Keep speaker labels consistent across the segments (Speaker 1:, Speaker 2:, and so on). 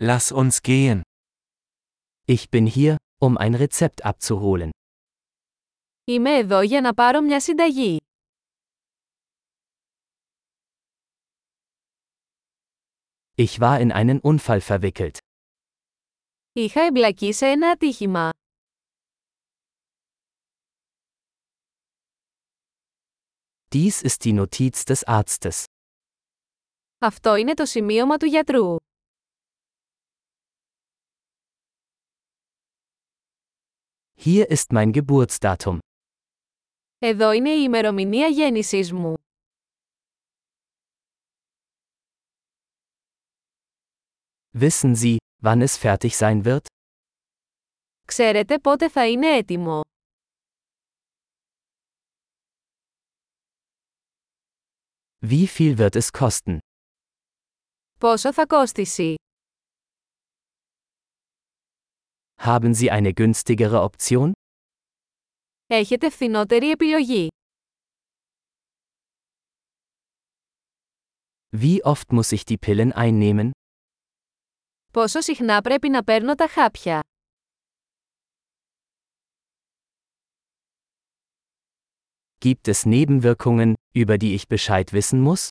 Speaker 1: Lass uns gehen.
Speaker 2: Ich bin hier, um ein Rezept abzuholen.
Speaker 3: Είμαι εδώ για να πάρω μια συνταγή.
Speaker 2: Ich war in einen Unfall verwickelt.
Speaker 3: Είχα εμπλακεί σε ένα ατύχημα.
Speaker 2: Dies ist die Notiz des Arztes.
Speaker 3: Αυτό είναι το σημείωμα του γιατρού.
Speaker 2: Hier ist mein Geburtsdatum.
Speaker 3: Εδώ είναι η ημερομηνία γέννησής μου.
Speaker 2: Wissen Sie, wann es fertig sein wird?
Speaker 3: Ξέρετε πότε θα είναι έτοιμο.
Speaker 2: Wie viel wird es kosten?
Speaker 3: Πόσο θα κόστησει.
Speaker 2: Haben Sie eine günstigere Option?
Speaker 3: Έχετε φθηνότερη επιλογή.
Speaker 2: Wie oft muss ich die Pillen einnehmen?
Speaker 3: Πόσο συχνά πρέπει να παίρνω τα χάπια.
Speaker 2: Gibt es Nebenwirkungen, über die ich Bescheid wissen muss?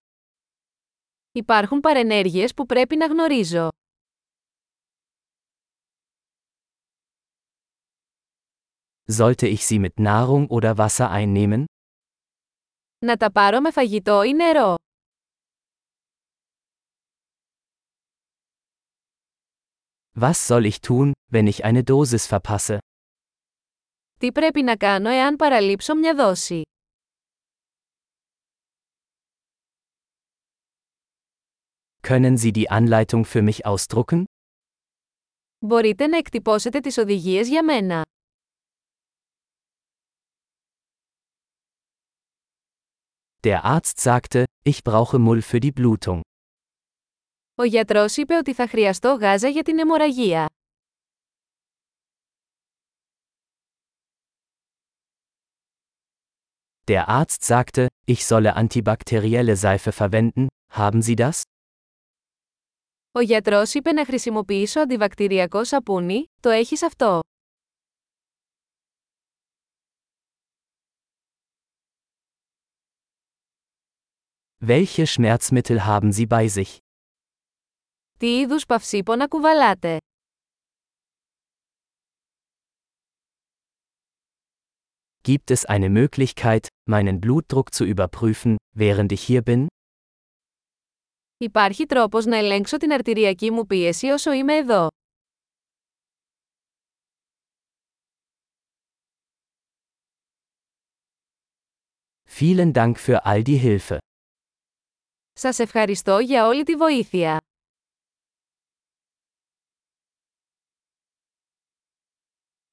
Speaker 3: Υπάρχουν παρενέργειες που πρέπει να γνωρίζω.
Speaker 2: Sollte ich sie mit Nahrung oder Wasser einnehmen?
Speaker 3: Να τα πάρω με φαγητό ή νερό.
Speaker 2: Was soll ich tun, wenn ich eine Dosis verpasse?
Speaker 3: Τι πρέπει να κάνω εάν παραλείψω μια δόση.
Speaker 2: Können Sie die Anleitung für mich ausdrucken?
Speaker 3: Μπορείτε να εκτυπώσετε τις οδηγίες για μένα.
Speaker 2: Der Arzt sagte, ich brauche Mull für die Blutung.
Speaker 3: Ο γιατρός είπε ότι θα χρειαστώ γάζα για την αιμορραγία.
Speaker 2: Der Arzt sagte, ich solle antibakterielle Seife verwenden, haben Sie das?
Speaker 3: Ο γιατρός είπε να χρησιμοποιήσω αντιβακτηριακό σαπούνι, το έχεις αυτό.
Speaker 2: Welche Schmerzmittel haben Sie bei sich?
Speaker 3: Τι είδους παυσίπονα κουβαλάτε.
Speaker 2: Gibt es eine Möglichkeit, meinen Blutdruck zu überprüfen, während ich hier bin?
Speaker 3: Υπάρχει τρόπος να ελέγξω την αρτηριακή μου πίεση όσο είμαι εδώ.
Speaker 2: Vielen Dank für all die Hilfe.
Speaker 3: Σας ευχαριστώ για όλη τη βοήθεια.